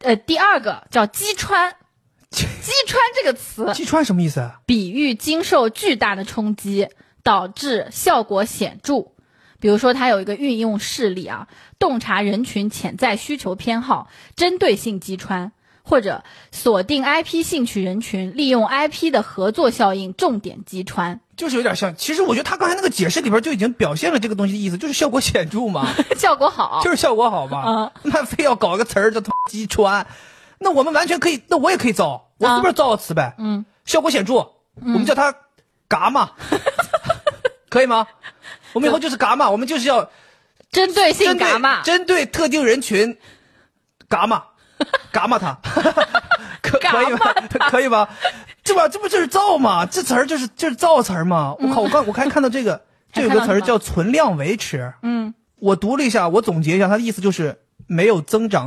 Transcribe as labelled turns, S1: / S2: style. S1: 呃，第二个叫击 穿。击穿这个词
S2: 击穿什么意思啊？
S1: 比喻经受巨大的冲击，导致效果显著。比如说，它有一个运用事例啊，洞察人群潜在需求偏好，针对性击穿，或者锁定 IP 兴趣人群，利用 IP 的合作效应重点击穿。
S2: 就是有点像，其实我觉得他刚才那个解释里边就已经表现了这个东西的意思，就是效果显著嘛，
S1: 效果好，
S2: 就是效 果好啊嘛。那非要搞一个词儿叫他妈击穿，那我们完全可以，那我也可以造，我随便造个词呗。
S1: 嗯，
S2: 效果显著，我们叫它伽 马，可以吗？我们以后就是伽马，我们就是要
S1: 针对性
S2: 针对
S1: 伽马，
S2: 针对特定人群，伽马，伽马它，可可以吗？ 可以吧？这吧，这不就是造吗？这词儿就是就是造词儿吗？我靠！我刚我刚才看到这 个，这有
S1: 嗯还看到
S2: 个词儿
S1: 什么
S2: 叫存量维持。
S1: 嗯。
S2: 我读了一下，我总结一下，它的意思就是没有增长的。